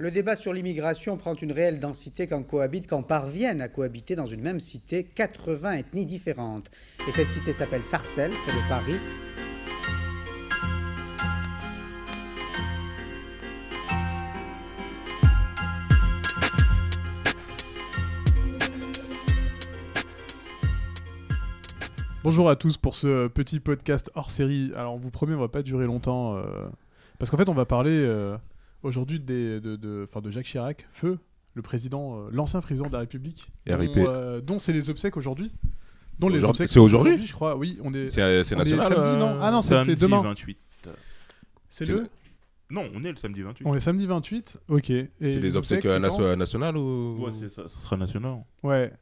Le débat sur l'immigration prend une réelle densité quand cohabitent, quand parviennent à cohabiter dans une même cité 80 ethnies différentes. Et cette cité s'appelle Sarcelles, près de Paris. Bonjour à tous pour ce petit podcast hors série. Alors on vous promet, on va pas durer longtemps. euh, parce qu'en fait, on va parler euh, aujourd'hui des- de, de, enfin, de Jacques Chirac, feu, le président, euh, l'ancien président de la République, RIP. dont, euh, dont c'est les obsèques aujourd'hui. Dont C'est les aujourd'hui- obsèques. c'est aujourd'hui je crois. Oui, on est. C'est euh, c'est on est national. samedi, euh, non Ah non, c'est samedi c'est demain. 28. C'est c'est le. le- Non, on est le samedi 28. On est samedi 28. Ok. Et C'est les obsèques c'est euh, quand naso- euh, nationales ou Ouais, c'est ça, ça sera national. Ouais.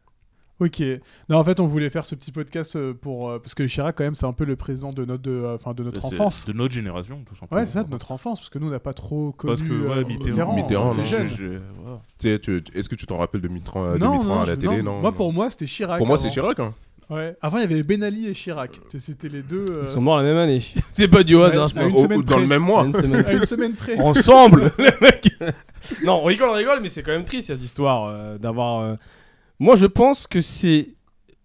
Ok. Non, en fait, on voulait faire ce petit podcast euh, pour euh, parce que Chirac, quand même, c'est un peu le président de notre, de, euh, enfin, de notre C'est enfance. De notre génération, tout simplement. Ouais, c'est ça, de notre enfance, parce que nous, on n'a pas trop connu Parce que euh, ouais, Mitterrand. Mitterrand, Mitterrand, on était non, jeunes. je- je- voilà. Tu sais, tu- tu- Est-ce que tu t'en rappelles de Mitran, euh, de Non, Mitran non, à la je- télé non. Non. Moi, pour moi, c'était Chirac. Pour moi, avant. c'est Chirac. hein. Ouais. Avant, il y avait Ben Ali et Chirac. C'est- C'était les deux. euh, Ils sont morts la même année. bah C'est pas du hasard, je À une pense. Au- semaine Dans près. le même mois. Une semaine. à une semaine près. Ensemble, les mecs. non, on rigole, on rigole, mais c'est quand même triste cette histoire euh, d'avoir. euh, Moi, je pense que c'est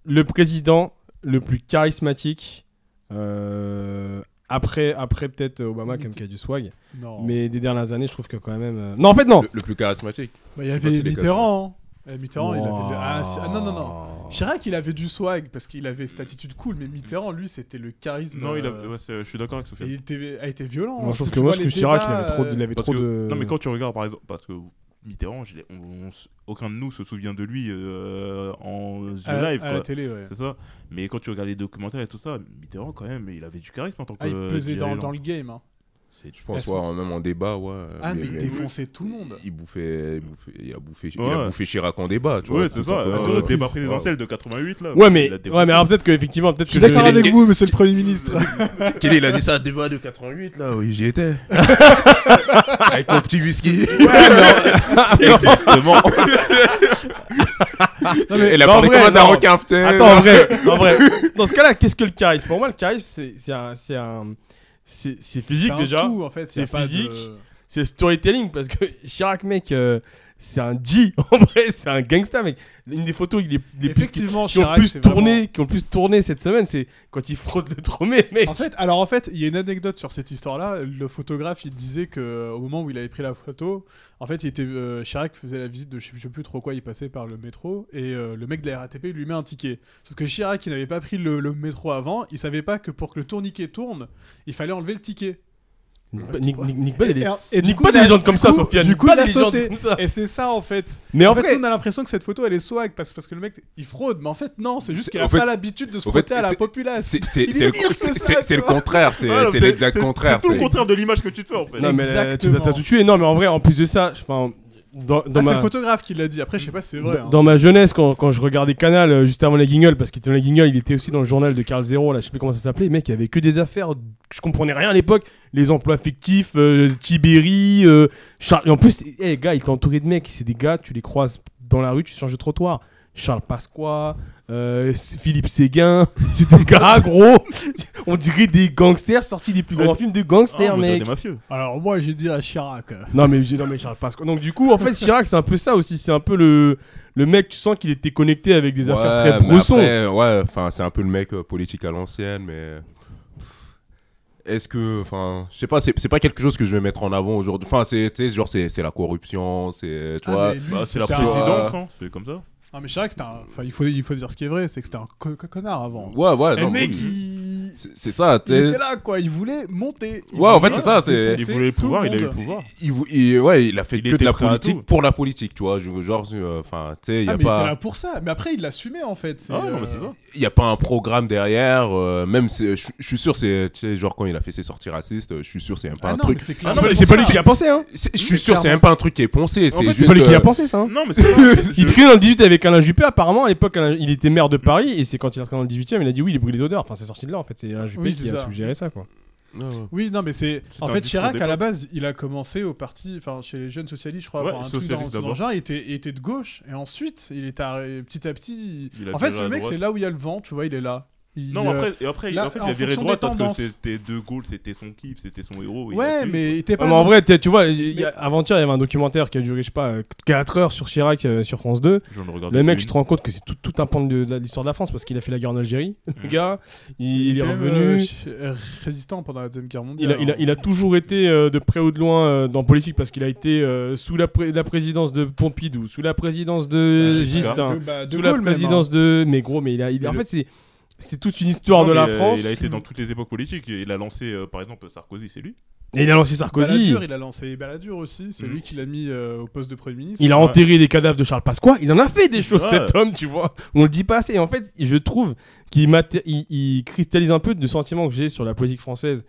le président le plus charismatique euh, après, après peut-être Obama, comme qui a du swag. Non. Mais des dernières années, je trouve que quand même. euh, Non, en fait, non. Le, le plus charismatique. Bah, il y Je sais pas avait si les gosses, Mitterrand. hein. Euh, Mitterrand, il avait. Wow. le- Ah, c'est- ah, non, non, non. Chirac, il avait du swag parce qu'il avait cette attitude cool, mais Mitterrand, lui, c'était le charisme. Non, il a... euh, ouais, c'est- je suis d'accord avec et Sofiane. il était- a été violent. hein. Oh, Moi, je Si trouve tu que moi, vois je les trouve que Chirac, il avait débats, euh, trop, de- il avait Parce trop que- de. Non, mais quand tu regardes, par exemple, parce que Mitterrand, je l'ai- on- on s- aucun de nous se souvient de lui euh, en The à, la- Live, à la quoi. télé, ouais. C'est ça. Mais quand tu regardes les documentaires et tout ça, Mitterrand, quand même, il avait du charisme en tant que. Ah, il pesait dans, dirigeant. dans le game. hein. Je Est-ce pense, ouais, même en débat, ouais. Ah, mais il mais- défonçait tout le monde. Il bouffait, il bouffait, il a bouffé, il Ouais. a bouffé Chirac en débat, tu vois. Ouais, c'est tout ça. simplement. euh, deux le reprises. débat présidentiel de 88, là. Ouais, mais, il a défoncé. ouais, mais alors peut-être que, effectivement, peut-être Je suis que. d'accord je- avec vous, monsieur le Premier ministre. Kelly, il a dit ça à débat de 88, là, oui, j'y étais. Avec mon petit whisky. Exactement. Elle a parlé Non, en vrai, comme un non. daron putain. Attends, en vrai, en vrai. Dans ce cas-là, qu'est-ce que le charisme Pour moi, le charisme, c'est c'est un, c'est un- c'est c'est C'est physique un déjà. tout, en fait. c'est y a pas de- physique. C'est storytelling parce que Chirac, mec, euh, c'est un G. En vrai, c'est un gangsta, mec. Une des photos il est, il est plus- qui, Effectivement, qui ont le Chirac, plus c'est tourné, vraiment- qui ont le plus tourné cette semaine, c'est quand il frotte le tromé, mec. En fait, alors en fait, il y a une anecdote sur cette histoire-là. Le photographe, il disait que euh, au moment où il avait pris la photo, en fait, il était euh, Chirac faisait la visite de je sais- je sais plus trop quoi, il passait par le métro et euh, le mec de la RATP lui met un ticket. Sauf que Chirac, il n'avait pas pris le, le métro avant, il savait pas que pour que le tourniquet tourne, il fallait enlever le ticket. Nick, Nick, Nick Bell, Bah, il est- et du nique coup, pas il a- des légendes comme ça, du coup- Sofiane. Du coup, Pas il a des légendes sauté. comme ça. Et c'est ça en fait. Mais En en fait, vrai, nous, on a l'impression que cette photo elle est swag parce, parce que le mec il fraude, mais en fait, non, c'est juste C'est- qu'il a en fait- pas l'habitude de se en fait, frotter à la c'est- populace. C'est- C'est Il c'est est le, pire, c'est- c'est ça, c'est- c'est le tu vois. contraire, c'est Voilà, c'est c'est- l'exact contraire. C'est tout le c'est- contraire de l'image que tu te fais en fait. non, mais là, tu Exactement. t'as tout tué. Non, mais en vrai, en plus de ça, enfin, dans, dans Ah, c'est ma. le photographe qui l'a dit. Après, je sais pas si c'est vrai. Dans- hein. Dans ma jeunesse, quand, quand je regardais Canal, euh, juste avant la guignol, parce qu'il était dans la guignol, il était aussi dans le journal de Carl Zero, là, je sais plus comment ça s'appelait, mec, il y avait que des affaires, je comprenais rien à l'époque, les emplois fictifs, euh, Tibéri, euh, Charles... et en plus, eh gars, il était entouré de mecs, c'est des gars, tu les croises dans la rue, tu changes de trottoir. Charles Pasqua, euh, S- Philippe Séguin, c'est des gars gros, on dirait des gangsters sortis des plus Euh, grands films de gangsters, Oh, Ah, mais mec. t'es mafieux. Alors moi, j'ai dit à Chirac. euh, Non mais, j'ai- non mais Charles Pasqua. Donc du coup, en fait, Chirac, c'est un peu ça aussi. C'est un peu le, le mec, tu sens qu'il était connecté avec des affaires Ouais, très mais brossons. après, ouais, enfin, c'est un peu le mec euh, politique à l'ancienne, mais est-ce que, enfin, je sais pas, c'est c'est pas quelque chose que je vais mettre en avant aujourd'hui. Enfin, c'est, tu sais, genre, c'est c'est la corruption, c'est, tu ah, vois. mais lui, Bah, c'est la c'était un- présidence, hein, c'est comme ça. Non mais Chirac, c'était un. Enfin, il faut il faut dire ce qui est vrai, c'est que c'était un co- co- connard avant. Ouais, ouais, Et non, le mec, oui. il... c'est c'est ça. il tu sais. était là quoi. Il voulait monter. Il Ouais, en fait, voulait c'est ça, c'est- défoncer Il voulait le tout pouvoir, il a eu le monde. Ah, pouvoir. Il, vou- il- ouais, il a fait Il que de était la prêt à politique tout. pour la politique, tu vois. je- Genre, euh, enfin, tu sais, il y Ah a mais il était pas, là pour ça. Mais après, il l'assumait en fait. C'est, Ah, non, mais euh, c'est ça. il y a pas un programme derrière. euh, même, c'est- je je suis sûr, c'est, tu sais, genre quand il a fait ses sorties racistes, euh, je suis sûr, c'est même pas Ah un non, truc. mais c'est Ah clairement C'est pas- pour c'est pas lui ça. qui a pensé, hein. C'est- Je Mais suis sûr, c'est clairement. même pas un truc qui est poncé. fait, C'est c'est C'est juste. pas lui qui euh, a pensé ça. hein. Non, mais c'est ça. Il Je- traînait dans le 18 avec Alain Juppé, apparemment. À l'époque, Alain- il était maire de Paris, et c'est quand il est rentré dans le 18 e il a dit oui, il est brûlé les odeurs. Enfin, c'est sorti de là, en fait. C'est Alain Juppé Oui, qui c'est a ça. suggéré ça, quoi. ouais, ouais. Oui, non, mais c'est. C'était En un fait, discours Chirac, à d'époque. la base, il a commencé au parti. Enfin, chez les jeunes socialistes, je crois. Ouais, enfin, un truc dans- socialiste dans le d'abord. genre, il était, il était de gauche. Et ensuite, il est arri- petit à petit. il- Il a en fait, viré ce à mec, droite. c'est là où il y a le vent, tu vois, il est là. Il, Non, euh, après, et après, là, en fait, en il a viré fonction droit des parce que tendances. c'était De Gaulle, c'était son kiff, c'était son héros. il a ouais, su, mais quoi. il était pas. Ah, mais en vrai, t'es- tu vois, il y a- avant-hier, il y avait un documentaire qui a duré, je sais pas, euh, 4 heures sur Chirac euh, sur France 2. J'en ai regardé Le mec, une. je te rends compte que c'est tout, tout un pan de, de l'histoire de la France parce qu'il a fait la guerre en Algérie, le Mmh. Mm. gars. Il, il est était, revenu. euh, ch- euh, résistant pendant la deuxième guerre mondiale. hein. Il a, il a- il a toujours été euh, de près ou de loin euh, dans politique parce qu'il a été euh, sous la, pré- la présidence de Pompidou, sous la présidence de Ah, Gistin, De, bah, de sous Gaulle la même, hein. présidence de. Mais gros, mais il a. il- Mais en le- fait, c'est c'est toute une histoire Non, de la mais, euh, France. Il a été dans toutes les époques politiques. Il a lancé, euh, par exemple, Sarkozy, c'est lui. Et il a lancé Sarkozy. Balladur, il a lancé Balladur aussi. C'est Mhm. lui qui l'a mis euh, au poste de Premier ministre. Il a Ouais. enterré des cadavres de Charles Pasqua. Il en a fait des choses, Ouais. cet homme, tu vois. On le dit pas assez. Et en fait, je trouve qu'il maté- il- il cristallise un peu du sentiment que j'ai sur la politique française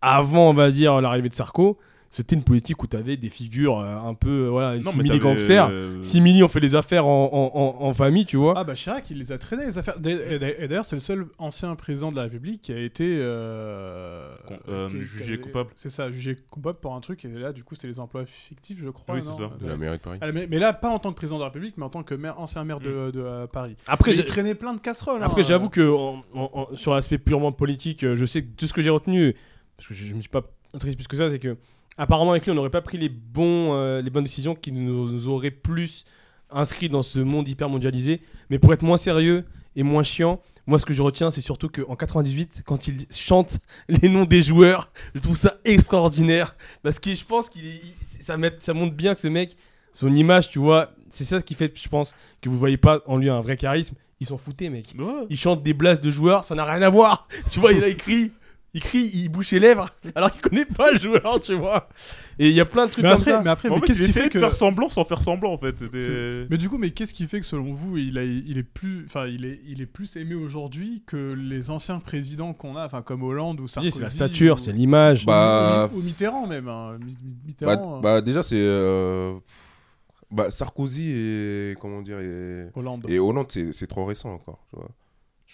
avant, on va dire, l'arrivée de Sarko. C'était une politique où tu avais des figures euh, un peu, euh, voilà, Non, mais simili t'avais, gangsters. euh, Simili, on fait les affaires en, en- en- en famille, tu vois. Ah bah Chirac, il les a traînés les affaires. D'a- Et d'a- et d'ailleurs, c'est le seul ancien président de la République qui a été euh, Con- euh, qui- jugé qui avait- coupable. C'est ça, jugé coupable pour un truc. Et là, du coup, c'est les emplois fictifs, je crois. Ah Oui, c'est non ça. de la mairie de Paris. Ah, mais, mais là, pas en tant que président de la République, mais en tant que maire, ancien maire Mm. de, de, euh, Paris. Après, J'ai j'ai- traîné plein de casseroles. Après, hein. j'avoue que en- en- en- sur l'aspect purement politique, euh, je sais que tout ce que j'ai retenu, parce que je, je me suis pas intrigué plus que ça, c'est que apparemment avec lui, on n'aurait pas pris les, bons, euh, les bonnes décisions qui nous, nous auraient plus inscrits dans ce monde hyper mondialisé. Mais pour être moins sérieux et moins chiant, moi, ce que je retiens, c'est surtout qu'en 98, quand il chante les noms des joueurs, je trouve ça extraordinaire. Parce que je pense qu'il est- il- ça, met- ça montre bien que ce mec, son image, tu vois, c'est ça qui fait, je pense, que vous voyez pas en lui un vrai charisme. Ils s'en foutaient, mec. Ouais. Il chante des blases de joueurs, ça n'a rien à voir. Tu vois, il a écrit, il crie, il bouche les lèvres, alors qu'il connaît pas le joueur, tu vois. Et il y a plein de trucs Mais comme après, ça. mais après, En mais fait, qu'est-ce il qui essayait fait de que faire semblant sans faire semblant en fait C'était- euh, Mais du coup, mais qu'est-ce qui fait que selon vous, il, a, il est plus, enfin, il est, il est plus aimé aujourd'hui que les anciens présidents qu'on a, enfin, comme Hollande ou Sarkozy. C'est la stature, ou- c'est l'image. Bah- ou, ou Mitterrand même. hein. Mi- Mi- Bah, Mitterrand, euh, bah, déjà, c'est. euh, bah, Sarkozy et. Comment dire Et, Hollande. et Hollande, c'est c'est trop récent encore. Tu vois.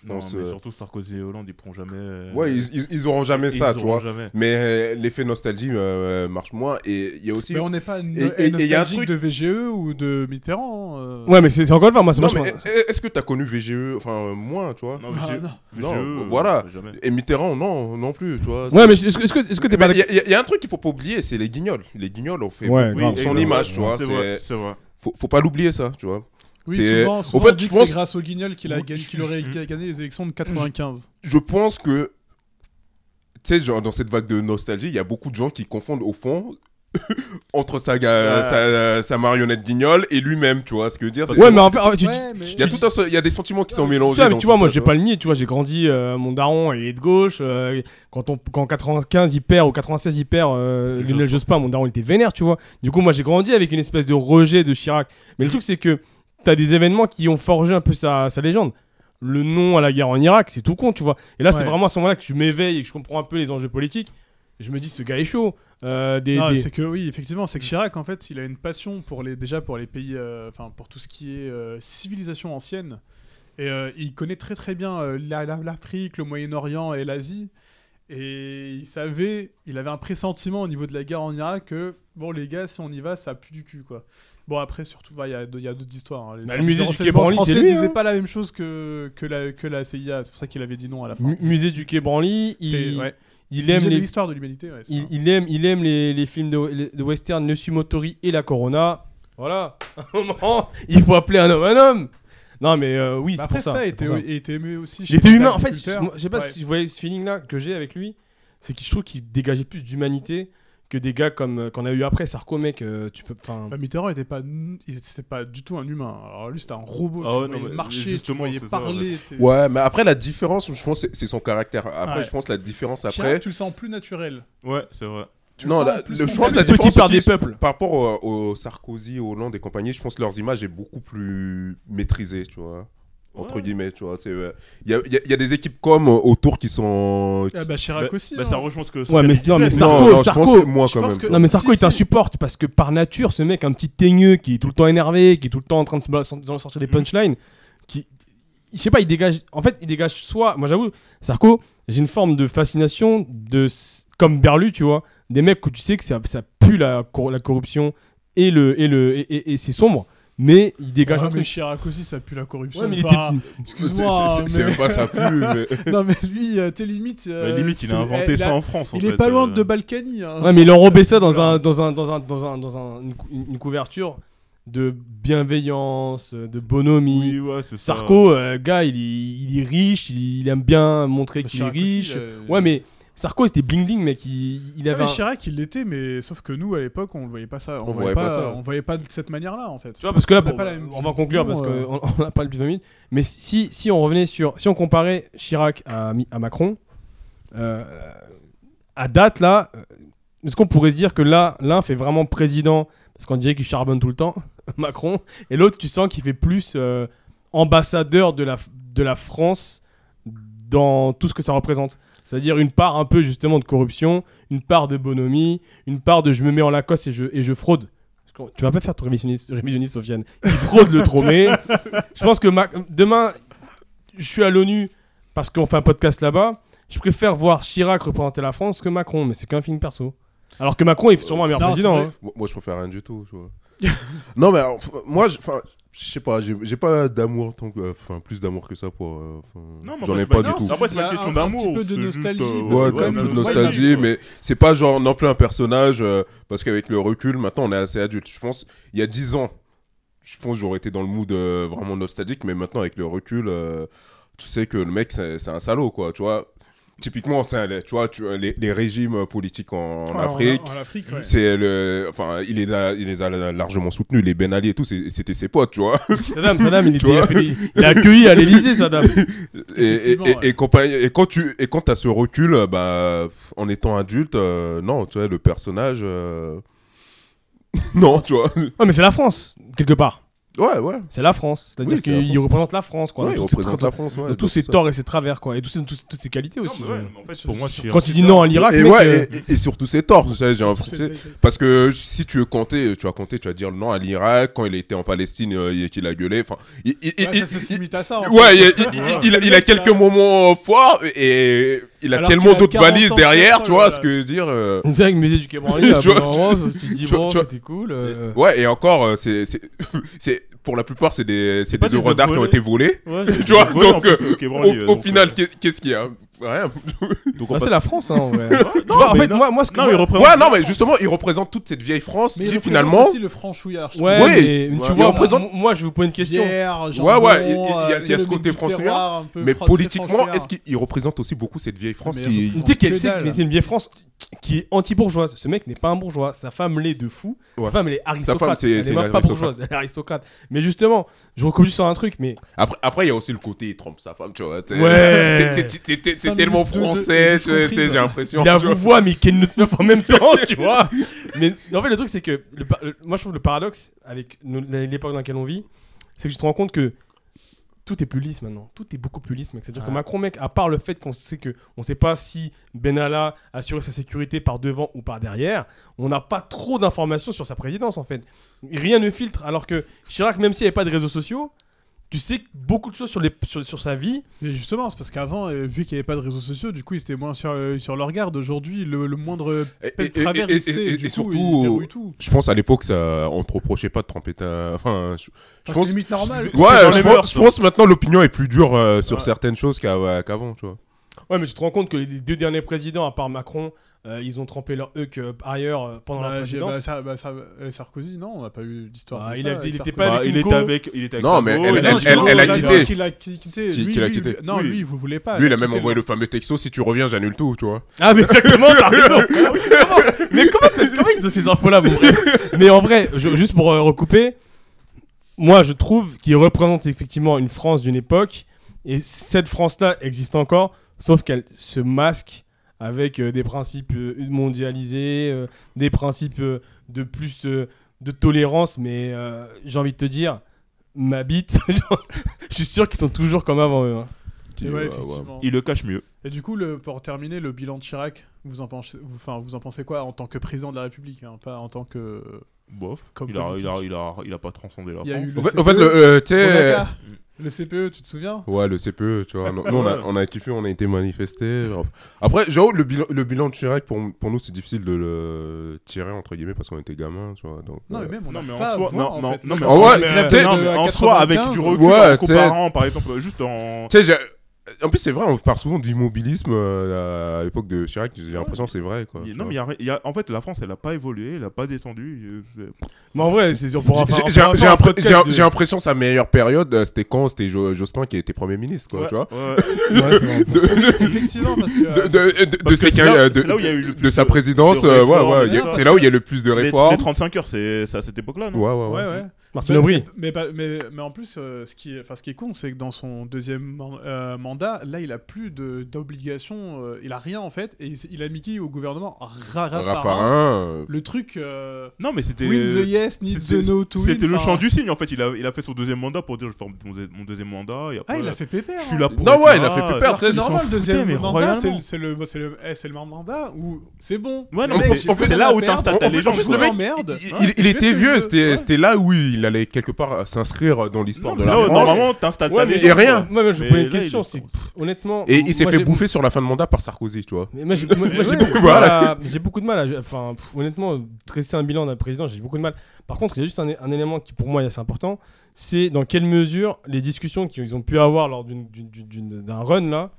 Je Non, pense. mais euh, surtout Sarkozy et Hollande, ils pourront jamais. euh, Ouais, ils, ils, ils auront jamais ils ça, tu auront vois. jamais. Mais euh, l'effet nostalgie euh, marche moins. Et il y a aussi. Mais on n'est pas no- et- et y a un nostalgique truc- de VGE ou de Mitterrand. euh. Ouais, mais c'est c'est encore le faire. Moi, c'est Non, moi, je mais pense- est- est-ce que t'as connu VGE Enfin, euh, moins, tu vois. Non, Enfin, VGE, non. Non, VGE, voilà. euh, jamais. Et Mitterrand, non, non plus, tu vois. Ouais, mais est-ce que- est-ce que est-ce que t'es pas Il d'accord y, a- y a un truc qu'il faut pas oublier, c'est les guignols. Les guignols ont fait Ouais, beaucoup grave. pour exactement. son image, tu vois. C'est c'est- vrai, c'est vrai. Faut, faut pas l'oublier, ça, tu vois. Oui, C'est- souvent, au souvent fait, on dit je que pense- c'est grâce au Guignol qu'il a gagné, qu'il aurait je- gagné les élections de 95. je pense que, tu sais, genre, dans cette vague de nostalgie, il y a beaucoup de gens qui confondent, au fond, entre sa, ga- Ouais. sa, sa marionnette guignol et lui-même, tu vois ce que je veux dire. c'est- Ouais, mais en fait, en fait, tu- Ouais, mais- Il y a tout un seul- il y a des sentiments qui sont mélangés. Ça, mais dans tu vois, tout moi, ça, j'ai tu vois. pas le nier, tu vois, j'ai grandi, euh, mon daron, il est de gauche. euh, quand on, quand 95 il perd ou 96 il perd euh, Lionel Lionel Jospin, mon daron, il était vénère, tu vois. Du coup, moi, j'ai grandi avec une espèce de rejet de Chirac. Mais le truc, c'est que t'as des événements qui ont forgé un peu sa, sa légende. Le non à la guerre en Irak, c'est tout con, tu vois. Et là, c'est Ouais. vraiment à ce moment-là que je m'éveille et que je comprends un peu les enjeux politiques. Je me dis, ce gars est chaud. Euh, des, Non, des- c'est que oui, effectivement, c'est que Chirac, en fait, il a une passion pour les, déjà pour les pays, euh, enfin pour tout ce qui est euh, civilisation ancienne. Et euh, il connaît très très bien euh, la- la- l'Afrique, le Moyen-Orient et l'Asie. Et il savait, il avait un pressentiment au niveau de la guerre en Irak que, bon, les gars, si on y va, ça pue du cul, quoi. Bon, après, surtout, bah, il y a, de- il y a d'autres histoires. hein. Les Bah, le services musée de du renseignement Quai Branly, c'est français lui, disait hein. pas la même chose que, que, la, que la CIA. C'est pour ça qu'il avait dit non à la fin. Mu- musée du Quai Branly, C'est- il, ouais. il Le aime musée de les l'histoire de l'humanité, ouais, c'est il, ça. il aime, il aime les, les films de, de western, Le Sumotori et La Corona. Voilà, à un moment, il faut appeler un homme un homme. Non, mais euh, oui, Bah, c'est après, pour ça. ça, c'est était, pour ça. était aimé aussi. Il chez était les humain. En fait, agriculteurs. je sais pas Ouais. si vous voyez ce feeling-là que j'ai avec lui, c'est que je trouve qu'il dégageait plus d'humanité que des gars comme euh, qu'on a eu après Sarko, mec. euh, tu peux, enfin, Bah, Mitterrand était pas, n- il- c'était pas du tout un humain. Alors lui, c'était un robot. Ah tu ouais, le non, voyais mais marcher, tu le justement, voyais c'est ça, parler. t'es- Ouais, mais après, la différence, je pense, c'est- c'est son caractère. Après, Ouais. je pense, la différence Chirac, après. tu le sens plus naturel. Ouais, c'est vrai. tu le Non, sens la- en plus le- je complet. pense, la Le petit différence. par aussi, des c'est- peuples. Par rapport au, au Sarkozy, Hollande et compagnie, je pense que leurs images est beaucoup plus maîtrisée, tu vois. Entre Ouais. guillemets, tu vois. c'est, euh, Il y, a, il y a- il y a des équipes comme euh, autour qui sont. Ah bah Chirac aussi. Bah, hein. ça rejoint ce que. Ouais, mais non, mais Non, Sarko, non, je Sarko. pense que moi Je quand pense même. que- Non mais Sarko Si, il si. t'insupporte parce que par nature ce mec un petit teigneux qui est tout le temps énervé, qui est tout le temps en train de se balancer- de sortir des punchlines, qui je sais pas il dégage en fait il dégage soit moi j'avoue Sarko j'ai une forme de fascination de s- comme Berlu tu vois des mecs où tu sais que ça, ça pue la, cor- la corruption et le et le et, et- et c'est sombre mais il dégage Ah, un mais truc. Chirac aussi, ça pue la corruption. Ouais, mais il Enfin, était- Excuse-moi. C'est- c'est- c'est mais- même pas ça pue, mais. non, mais lui, euh, t'es limite. euh, Bah, limite, il c'est- a inventé eh, ça là, en France. en Il est fait, pas loin euh. de Balkany. hein. Bah, Ouais, mais il enrobait ça dans un dans un dans un dans un dans un- une, cou- une couverture de bienveillance, de bonhomie. Oui, ouais, c'est ça. Sarko, euh, gars, il, est- il est riche, il, il aime bien montrer Bah, qu'il est Chirac aussi, riche. euh, Ouais, mais Sarko, c'était bling bling, mec. Il, il Ouais, avait. mais un- Chirac, il l'était, mais sauf que nous, à l'époque, on le voyait pas ça. On, On voyait voyait pas, pas ça. on voyait pas de cette manière-là, en fait. Tu vois, parce que là, On a pour- pas la on, même va conclure parce vision, euh. qu'on n'a pas le plus 20 minutes. Mais si, si on revenait sur. Si on comparait Chirac à, Mi- à Macron, euh, à date, là, euh, est-ce qu'on pourrait se dire que là, l'un fait vraiment président Parce qu'on dirait qu'il charbonne tout le temps, Macron. Et l'autre, tu sens qu'il fait plus euh, ambassadeur de la, de la France dans tout ce que ça représente. C'est-à-dire une part un peu justement de corruption, une part de bonhomie, une part de je me mets en Lacoste et je, et je fraude. Parce que Tu vas pas faire ton révisionniste, révisionniste, Sofiane. Il fraude le tromé. je pense que ma- demain, je suis à l'ONU parce qu'on fait un podcast là-bas. Je préfère voir Chirac représenter la France que Macron, mais c'est qu'un film perso. Alors que Macron est sûrement un meilleur Non, président. c'est vrai. hein. Moi, moi, je préfère rien du tout. tu vois. non, mais alors, pff, moi, je- enfin, je sais pas, j'ai j'ai pas d'amour, tant que- euh, enfin, plus d'amour que ça pour. euh, enfin, Non, mais J'en après, ai c'est pas pas- du non, tout. ça- après, c'est pas une question un- d'amour, Un petit peu de c'est juste, nostalgie. euh, parce Ouais, que c'est un quand quand peu même, de euh, nostalgie, mais c'est pas genre non plus un personnage, euh, parce qu'avec le recul, maintenant on est assez adulte. Je pense, il y a 10 ans, je pense que j'aurais été dans le mood euh, vraiment nostalgique, mais maintenant avec le recul, euh, tu sais que le mec c'est c'est un salaud, quoi, tu vois. Typiquement, tu sais, les- tu vois, tu- les, les régimes politiques en, en Ah, ouais, Afrique, En Afrique, ouais. c'est le, enfin, il les a, il les a largement soutenus, les Ben Ali et tout, c'est- c'était ses potes, tu vois. Saddam, Saddam, il, Tu était, vois il, il a accueilli à l'Elysée, Saddam. Et, et, Effectivement, et, ouais. et compagnie- et quand tu et quand as ce recul, euh, bah, pff, en étant adulte, euh, non, tu vois, le personnage. euh, non, tu vois. Ouais, mais c'est la France, quelque part. Ouais, ouais. C'est la France. C'est-à-dire Oui, c'est la qu'il France. représente la France, quoi. Ouais, dans il toutes ses- représente la France. Ouais, dans tous donc ses ça. torts et ses travers, quoi. Et tous ses- tous- toutes ses qualités Non, aussi. mais ouais, mais en fait, pour moi, Chirac- Quand il dit non à l'Irak, Et, mec, ouais, euh, et, et- et surtout ses torts, tu sais, j'ai un Surtout, tu sais, c'est- Parce que si tu veux compter, tu vas compter, tu vas dire non à l'Irak, quand il était en Palestine euh, et qu'il a gueulé. Enfin, il- il- Ouais, il- ça, ça il- s'imite à ça. en fait. Ouais, il, il- il- il- il- il a mec, quelques là- moments forts et il a Alors tellement qu'il a d'autres 40 valises ans, derrière, tu vois voilà. ce que je veux dire. euh, On dirait que le musée du Quai Branly, là, Tu vois, pendant un moment, tu te dis, tu vois, bon, tu vois. c'était cool. euh, Ouais, et encore, euh, c'est, c'est, c'est- pour la plupart, c'est des, c'est pas des des œuvres œuvres d'art qui ont volées. été volées. Ouais, Tu vois, ouais, en donc, plus, euh, c'est au Quai Au, Branly, euh, au donc, final, euh, qu'est- qu'est-ce qu'il y a Rien. donc on bah, passe- c'est la France, hein, en vrai. Tu Non, vois, en mais fait, non. moi, moi, ce que Non, moi- il représente. Ouais, non, mais justement, il représente toute cette vieille France Mais il qui, représente finalement. aussi le franchouillard. je Ouais, trouve. Ouais, mais ouais. tu Il vois, représente- moi- moi, je vous pose une question. Bière, Ouais, jambon, ouais, il- il y a- euh, il y a tu sais, ce le côté mid du terroir, français, un peu Mais fran- politiquement, franchouillard. est-ce qu'il il représente aussi beaucoup cette vieille France Mais qui. Tu sais Que qu'elle- c'est- dalle. mais c'est une vieille France qui est anti-bourgeoise. Ce mec n'est pas un bourgeois. Sa femme l'est de fou. Ouais. Sa femme, elle est aristocrate. femme, c'est- elle c'est est une même pas aristocrate. bourgeoise, elle est aristocrate. Mais justement, je recommence sur un truc, mais Après, après, il y a aussi le côté, il trompe sa femme, tu vois. t'es- Ouais. c'est- c'est- c'est- c'est- Cinq C'est tellement minutes de- de- français, de- tu vois, tu sais, comprise. j'ai l'impression. Il a tu vois. vous voit, mais qu'il nous neuf en même temps, tu vois. Mais en fait, le truc, c'est que le par- le- moi, je trouve le paradoxe avec nos- l'époque dans laquelle on vit, c'est que je te rends compte que tout est plus lisse maintenant. Tout est beaucoup plus lisse, mec. C'est-à-dire que Macron, mec, à part le fait qu'on sait que on sait pas si Ben Benalla assurait sa sécurité par devant ou par derrière, on n'a pas trop d'informations sur sa présidence, en fait. Rien ne filtre. Alors que Chirac, même s'il n'y avait pas de réseaux sociaux, tu sais beaucoup de choses sur, les, sur, sur sa vie. Mais justement, c'est parce qu'avant, euh, vu qu'il n'y avait pas de réseaux sociaux, du coup, ils étaient moins sur, euh, sur leur garde. Aujourd'hui, le, le moindre Et- pet et- et- travers, et- il sait, et- et et du coup, surtout- il verrouille tout. Je pense à l'époque, ça, on te reprochait pas de tromper ta. Enfin, je, je Enfin, pense. c'est limite normal. Euh, Ouais, dans je les pense, mœurs, je pense maintenant l'opinion est plus dure euh, sur Ouais. certaines choses qu'à- ouais, qu'avant, tu vois. Ouais, mais tu te rends compte que les deux derniers présidents, à part Macron, euh, ils ont trempé leur huc euh, ailleurs euh, pendant Bah, la j'ai- présidence. bah, ça- bah, ça- euh, Sarkozy, non, on n'a pas eu d'histoire. Bah, de il ça a- il avec était Sarkozy. pas Bah, avec il était Hugo. avec, il était avec Non, mais Sarko, elle- il Mais était non, avec elle- justement, Sarko, elle a c'est il était quitté. Sarko Qui l'a quitté. Qui- Lui, qui l'a lui, quitté. lui- Non, Oui. lui, il vous voulait pas. Lui, il a quitté même le- envoyé le fameux texto si tu reviens, j'annule tout, tu vois. Ah, mais exactement, t'as raison. Comment- mais comment, t'as- comment ils ont ces infos-là, mon frère Mais en vrai, je- juste pour euh, recouper, moi je trouve qu'il représente effectivement une France d'une époque, et cette France-là existe encore, sauf qu'elle se masque avec euh, des principes euh, mondialisés, euh, des principes euh, de plus euh, de tolérance, mais euh, j'ai envie de te dire, ma bite, je suis sûr qu'ils sont toujours comme avant eux. hein. Et Qui, ouais, euh, effectivement. Il le cache mieux. Et du coup, le, pour terminer, le bilan de Chirac, vous en pensez, vous, enfin, vous en pensez quoi en tant que président de la République, hein, pas en tant que. Bof. Comme il, a, politique. il, a, il, a, il a pas transcendé la Il y a France. eu le ouais. E. En fait, en fait, le, euh, tu sais, Fondaca. Le CPE, tu te souviens Ouais, le CPE, tu vois. non- Nous, on a, on a kiffé, on a été manifestés. Après, j'avoue, le bilan, le bilan de Chirac, pour, pour nous, c'est difficile de le tirer, entre guillemets, parce qu'on était gamins, tu vois. Donc, Non, euh, mais même, on Non, mais n'arrive en pas à soi- voir, non, en non, fait. non, Moi, mais je en pense soi, que mais- la tu Ouais, sais, tête non, de mais en soi, avec du 95, recul, Ouais, en comparant, par exemple, juste en. Tu sais, j'ai- en plus, c'est vrai, on parle souvent d'immobilisme euh, à l'époque de Chirac. J'ai l'impression que c'est vrai, quoi. Il- tu vois. Non, mais il y a- il y a- en fait, la France, elle a pas évolué, elle a pas descendu. euh, euh, Mais en vrai, c'est sûr pour J'ai- j'ai- J'ai j'ai impr- j'ai- j'ai l'impression que sa meilleure période, euh, c'était quand c'était Jo- Jospin qui était Premier ministre, quoi, ouais, tu vois. ouais. Effectivement, parce que. De- de- de- de Parce ses que c'est quin- là- euh, de- c'est là où il y a eu le de- plus de sa de- présidence, de euh, ouais, réformes, ouais, il y a- d'ailleurs, c'est là où il y a le plus de Les- réformes. Les 35 heures, c'est c'est à cette époque-là, non Ouais, ouais, ouais. Ouais, ouais. Martine Mais- Aubry. Mais, pas- mais, mais en plus, euh, ce, qui est, enfin, ce qui est con, c'est que dans son deuxième man- euh, mandat, là, il a plus de- d'obligation, euh, il a rien en fait, et il, s- il a mis qui au gouvernement Ra- Raffarin. Raffarin. euh, Le truc. euh, Non, mais c'était. win the yes, need c'était- the no to win. C'était le enfin, champ du signe en fait. Il a, il a fait son deuxième mandat pour dire je forme mon, mon deuxième mandat. Et après, Ah, il a fait pépère. Je hein. suis là pour. Non, être ouais, il là, a fait plus peur, Alors alors que tu sais, qu'ils s'en normal, le foutaient, deuxième mais mandat, royalement. c'est le, c'est le, c'est le, eh, c'est le même mandat où c'est bon. Ouais, Les non, mais mecs, c'est- j'ai plus c'est rien là à où perdre. t'as- t'as En les gens plus, qui le sont- merde. Il, il- je il fais ce était que vieux, je veux. c'était Ouais. c'était là où il allait quelque part euh, s'inscrire dans l'histoire Non, de mais la là, où France. normalement, t'installes Ouais, ta mais- légende, et rien. quoi. Ah, Moi, je vous Mais pose là, une il question. est- c'est- pff, Honnêtement. Et il s'est moi, fait j'ai- bouffer sur la fin de mandat par Sarkozy, tu vois. Mais Moi, j'ai moi, moi, j'ai beaucoup de mal à- j'ai beaucoup de mal. à- Enfin, pff, honnêtement, tresser un bilan d'un président, j'ai beaucoup de mal. Par contre, il y a juste un, un élément qui, pour moi, est assez important. C'est dans quelle mesure les discussions qu'ils ont pu avoir lors d'une- d'une- d'une- d'un run là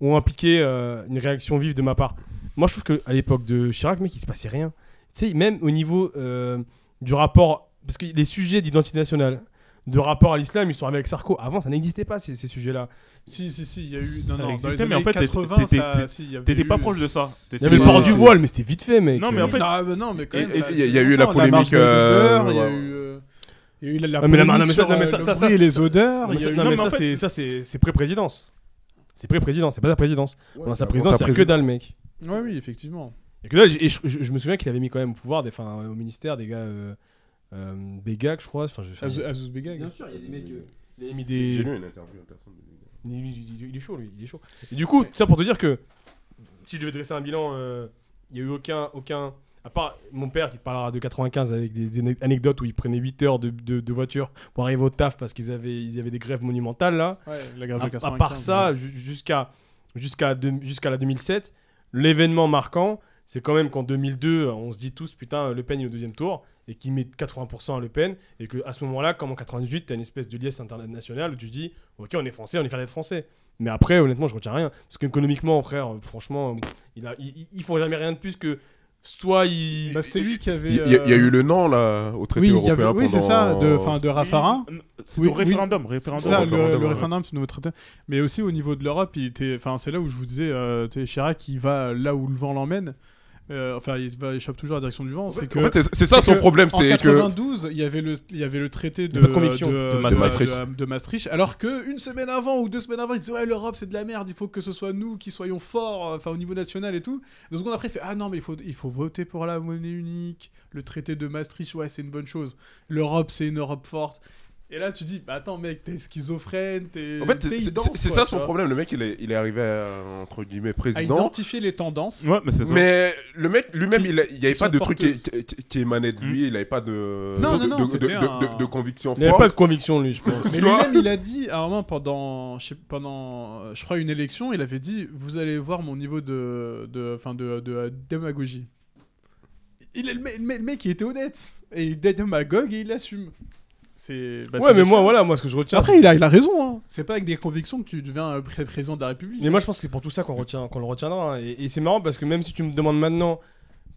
ont impliqué euh, une réaction vive de ma part. Moi, je trouve qu'à l'époque de Chirac, mec, il se passait rien. Tu sais, même au niveau euh, du rapport, parce que les sujets d'identité nationale, de rapport à l'islam, ils sont arrivés avec Sarko. Avant, ça n'existait pas ces, ces sujets-là. Si, si, si, il y a eu. Non, Ça non, dans les existait, années mais en fait, t'étais- 80, ça. t'étais- si, il y avait T'étais pas eu- proche de ça. Il y avait le C'est- port du voile, mais c'était vite fait, mec. Non, mais Oui, en fait- non, mais non, mais quand Et- même, et ça- il y a- il y a eu la longtemps, marche polémique, de euh, Uber, il y a ouais, eu, euh, il y a eu la, la Ah, mais la- polémique non, mais ça- sur, non, mais euh, ça- le ça- bruit ça- et les odeurs. Non, mais il y a ça, eu- non, non, mais mais ça, en fait- c'est- ça, c'est c'est pré-présidence. C'est pré-présidence, c'est pas la présidence. Pendant sa avant présidence, sa c'est que présidence. dalle, mec. Ouais, oui, effectivement. Y a que dalle. Et je, je- je me souviens qu'il avait mis quand même au pouvoir, des, enfin, au ministère, des gars. Euh, euh, Begag, je crois. Enfin, je, enfin, Azou- Azouz Begag. bien sûr, il y a des mecs. euh, Il a mis J'ai des. lu une interview à personne. Il, il- il est chaud, lui. Il est chaud. Et du coup, tout ça pour te dire que si je devais dresser un bilan, euh, il y a eu aucun, aucun. À part mon père qui te parlera de 95 avec des, des anecdotes où il prenait 8 heures de, de, de voiture pour arriver au taf parce qu'ils avaient, ils avaient des grèves monumentales là. Ouais, la grève à, de à 95. part ça, ju- jusqu'à jusqu'à deux- jusqu'à la 2007, l'événement marquant, c'est quand même qu'en 2002, on se dit tous putain, Le Pen est au deuxième tour et qu'il met 80% à Le Pen et que à ce moment-là, comme en 98, t'as une espèce de liesse internationale où tu dis ok, on est français, on est fier d'être français. Mais après, honnêtement, je retiens rien parce qu'économiquement, frère, franchement, pff, il a, il, il- il faut jamais rien de plus que soit il Bah, c'était lui qui avait. Il y, a- il y a- il y a euh, eu le non, là, au traité Oui, il y européen. avait- oui, c'est ça, pendant- de, enfin, de Raffarin. C'est Oui, au oui. référendum. C'est référendum. ça, le, référendum, le ouais. référendum, c'est le nouveau traité. Mais aussi au niveau de l'Europe, il était. Enfin, c'est là où je vous disais, euh, tu sais, Chirac, il va là où le vent l'emmène. Euh, enfin, il va échappe toujours à la direction du vent. C'est que. En fait, c'est- c'est ça c'est son que problème, En c'est que. 92, il y avait le, il y avait le traité de, pas de conviction. de, De Maastricht. de- de Maastricht, alors que une semaine avant ou deux semaines avant, il disait ouais l'Europe c'est de la merde, il faut que ce soit nous qui soyons forts, euh, enfin au niveau national et tout. Deux secondes après, il fait ah non mais il faut, il faut voter pour la monnaie unique, le traité de Maastricht, ouais c'est une bonne chose. L'Europe c'est une Europe forte. Et là tu dis bah, attends mec t'es schizophrène, t'es. En fait, t'es- c'est- il c'est danse, c'est quoi, ça tu son vois. Ah, problème. Le mec, il est, il est arrivé à, entre guillemets, À président. identifier les tendances. Ouais, mais c'est ça. Mais le mec lui-même, Qui- il a- il n'y avait qui pas sont de truc qui, porteuses. qui- qui émanait de lui, il n'avait pas de, Non, de, non, non, de- de- c'était de- un- de- de conviction il n'avait pas de forte. conviction lui, je pense. Mais Tu vois lui-même, il a dit, à un moment, pendant, je, sais- pendant, euh, je crois, une élection, il avait dit Vous allez voir mon niveau de, de, enfin, de, de, euh, démagogie. Il est le, mec- le mec- le mec, il était honnête. Et il est démagogue et il l'assume. C'est. bah, ouais, c'est mais du moi, choix. voilà, moi, ce que je retiens. Après, il a, il a raison. hein. C'est pas avec des convictions que tu deviens euh, pré- président de la République. Mais moi, je pense que c'est pour tout ça qu'on retient, qu'on le retiendra. hein. Et, et c'est marrant parce que même si tu me demandes maintenant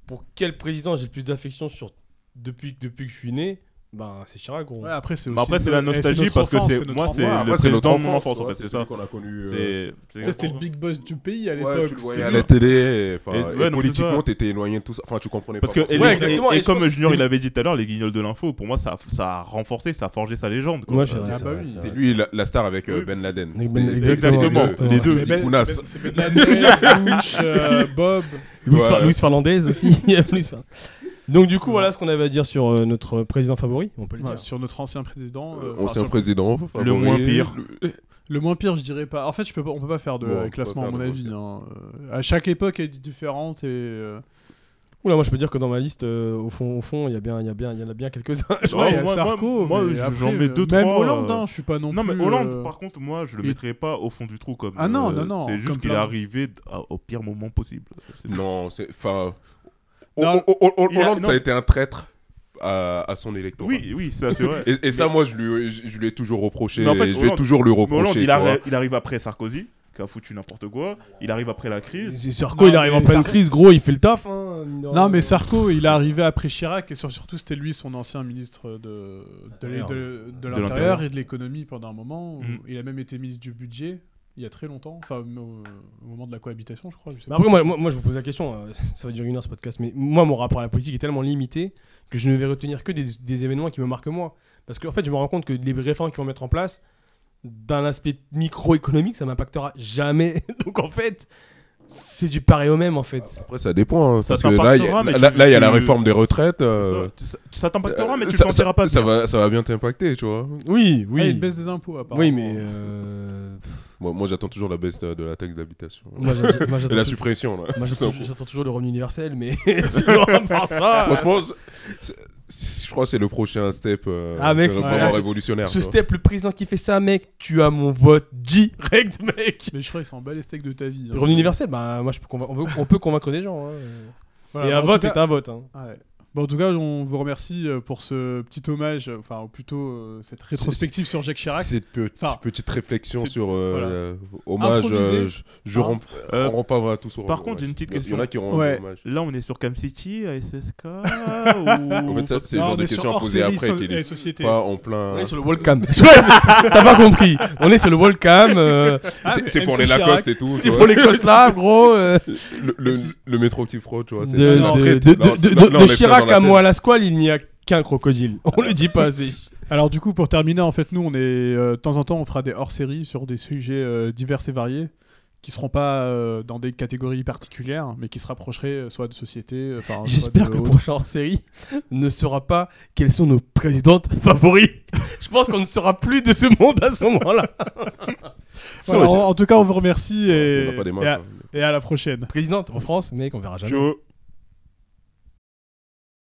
pour quel président j'ai le plus d'affection sur depuis depuis que je suis né, ben c'est Chirac gros. Ouais, après, c'est aussi. Bah, après, c'est la notre- eh, nostalgie notre parce que enfance, c'est- notre moi, enfance. c'est Ouais, le Après, c'est président notre de mon enfance, enfance, tu en vois, fait, c'est celui ça. qu'on a connu. euh, C'est. c'est- Ça, c'était le big boss du pays à ouais, tu l'époque. le c'était voyais à lui. la télé, et, enfin, Et- et ouais, non, c'est politiquement, ça. t'étais éloigné de tout ça. Enfin, tu comprenais Parce que, pas. et, forcément. Ouais, les- exactement, et- et et je pense comme que- Junior il avait dit tout à l'heure, les guignols de l'info, pour moi ça, ça a renforcé, ça a forgé sa légende. Quoi. Ouais, c'est Euh, vrai, Ah, c'est bah vrai, oui, c'est c'était vrai. C'était lui, la, la star avec euh, Oui. Ben Laden. Avec Ben- C'était- exactement, c'était- les deux. C'est Ben- Ounas. c'est Ben- c'est Ben Laden, Bush, euh, Bob. Louis, Ouais. Fer- Louis Fernandez aussi. Il y a Louis Fer- Donc du coup, voilà ce qu'on avait à dire sur euh, notre président favori. On peut le Ouais, dire. sur notre ancien président. euh, enfin, Ancien sur- président. favori, moins pire. le- Le moins pire, je dirais pas. En fait, je peux pas- on peut pas faire de Bon, on peut classement, pas à mon faire de avis. hein. Euh, À chaque époque est différente et. euh, Oula, moi je peux dire que dans ma liste, euh, au fond, au fond, il y a bien, il y a bien, il y en a bien quelques-uns. Ouais, il y a moi- moi- Sarko, moi, mais je- après, j'en mets euh, deux, Même trois, Hollande, euh, hein, je suis pas non Non, plus. mais Hollande, euh, par contre, moi, je le il- mettrais pas au fond du trou comme. euh, Ah non, non, non, C'est comme juste qu'il plein est de- arrivé d- à- au pire moment possible. C'est- Non, c'est. Enfin. Ho- Non. Ho- Ho- Ho- Il a- Hollande, non. ça a été un traître à, à son électorat. Oui, oui, ça c'est vrai. Et, et ça, moi, je lui, je, je lui ai toujours reproché. Mais en fait, et je vais Hollande- toujours lui Mais Hollande, reprocher. tu il, vois. arri- il arrive après Sarkozy, qui a foutu n'importe quoi. Il arrive après la crise. C'est- Sarko, Non, il arrive mais en pleine Sarko- crise, gros, il fait le taf. hein, mine de rien. Non, euh, mais Sarko, il est arrivé après Chirac et sur- surtout c'était lui son ancien ministre de, de, l'é- de- de l'Intérieur l'Intérieur. et de l'économie pendant un moment. où Mm. Il a même été ministre du budget il y a très longtemps, enfin au, au moment de la cohabitation, je crois. je sais Mais pas. après, moi, moi, moi, je vous pose la question, euh, ça va durer une heure ce podcast, mais moi, mon rapport à la politique est tellement limité que je ne vais retenir que des, des événements qui me marquent moi. Parce qu'en fait, je me rends compte que les réformes qu'ils vont mettre en place, d'un aspect microéconomique, ça m'impactera jamais. Donc en fait, c'est du pareil au même, en fait. Après, ça dépend. hein, Ça parce que là, il y a, t'impactera, mais là- tu- là, il y a la tu- réforme des retraites. euh, Ça, ça t'impactera, mais tu ça- le sentiras ça- pas. Ça venir. va, ça va bien t'impacter, tu vois. Oui, oui. Ah, une baisse des impôts, apparemment. oui, mais... euh, pff, Moi, moi, j'attends toujours la baisse euh, de, de la taxe d'habitation. moi, j'attends- moi, Et la j'attends toujours- suppression, là. moi, C'est un j'attends coup. j'attends toujours le revenu universel, mais sinon, à part ça... Moi, je pense. c'est- c'est- Je crois que c'est le prochain step. euh, Ah, mec, de c'est- vraiment c'est- révolutionnaire. Ce tu vois. step, le président qui fait ça, mec, tu as mon vote direct, mec. Mais je crois qu'il s'en bat les steaks de ta vie. hein. Le revenu universel, bah moi je peux convain- on, veut- on peut convaincre des gens. hein. Voilà, Et mais un en tout vote cas- est un vote. hein. Ouais. Bon, en tout cas, on vous remercie euh, pour ce petit hommage, euh, enfin, ou plutôt euh, cette rétrospective sur Jacques Chirac. Cette petite, Enfin, petite réflexion c'est- sur euh, voilà. euh, hommage, Improvisé. euh, je, je Hein. rends- Euh, on rend pas voilà, tout sur par hommage. contre, j'ai une petite Il y en- Il y en a qui rendent Ouais. hommage. Là, on est sur Cam City, à SSK. En ou... fait, ça, c'est le Non, genre on de est sur questions à hors poser série après, so- Kelly. et société. Pas en plein. On est sur le wallcam. T'as pas compris. On est sur le wallcam. euh, Ah, C'est mais c'est pour MC les Chirac, Lacoste et tout. tu c'est vois. pour les cosses là, gros. euh, Le, le- le métro qui frotte, tu vois. de, c'est- de- c'est la traite. de- de- Là, on- là, de- de- là, on de est plein dans la Chirac à tête. moi à la squale, il n'y a qu'un crocodile. On le dit pas assez. Alors du coup, pour terminer, en fait, nous, on est euh, de temps en temps, on fera des hors-séries sur des sujets euh, divers et variés qui seront pas euh, dans des catégories particulières, mais qui se rapprocheraient euh, soit de société, euh, enfin, soit J'espère de que le autre. prochain hors série ne sera pas quelles sont nos présidentes favoris. Je pense qu'on ne sera plus de ce monde à ce moment-là. Voilà, en, en tout cas, on vous remercie Il y et, en a pas des et masses. à- hein. et à la prochaine. Présidente en France, mec, on verra jamais. Ciao.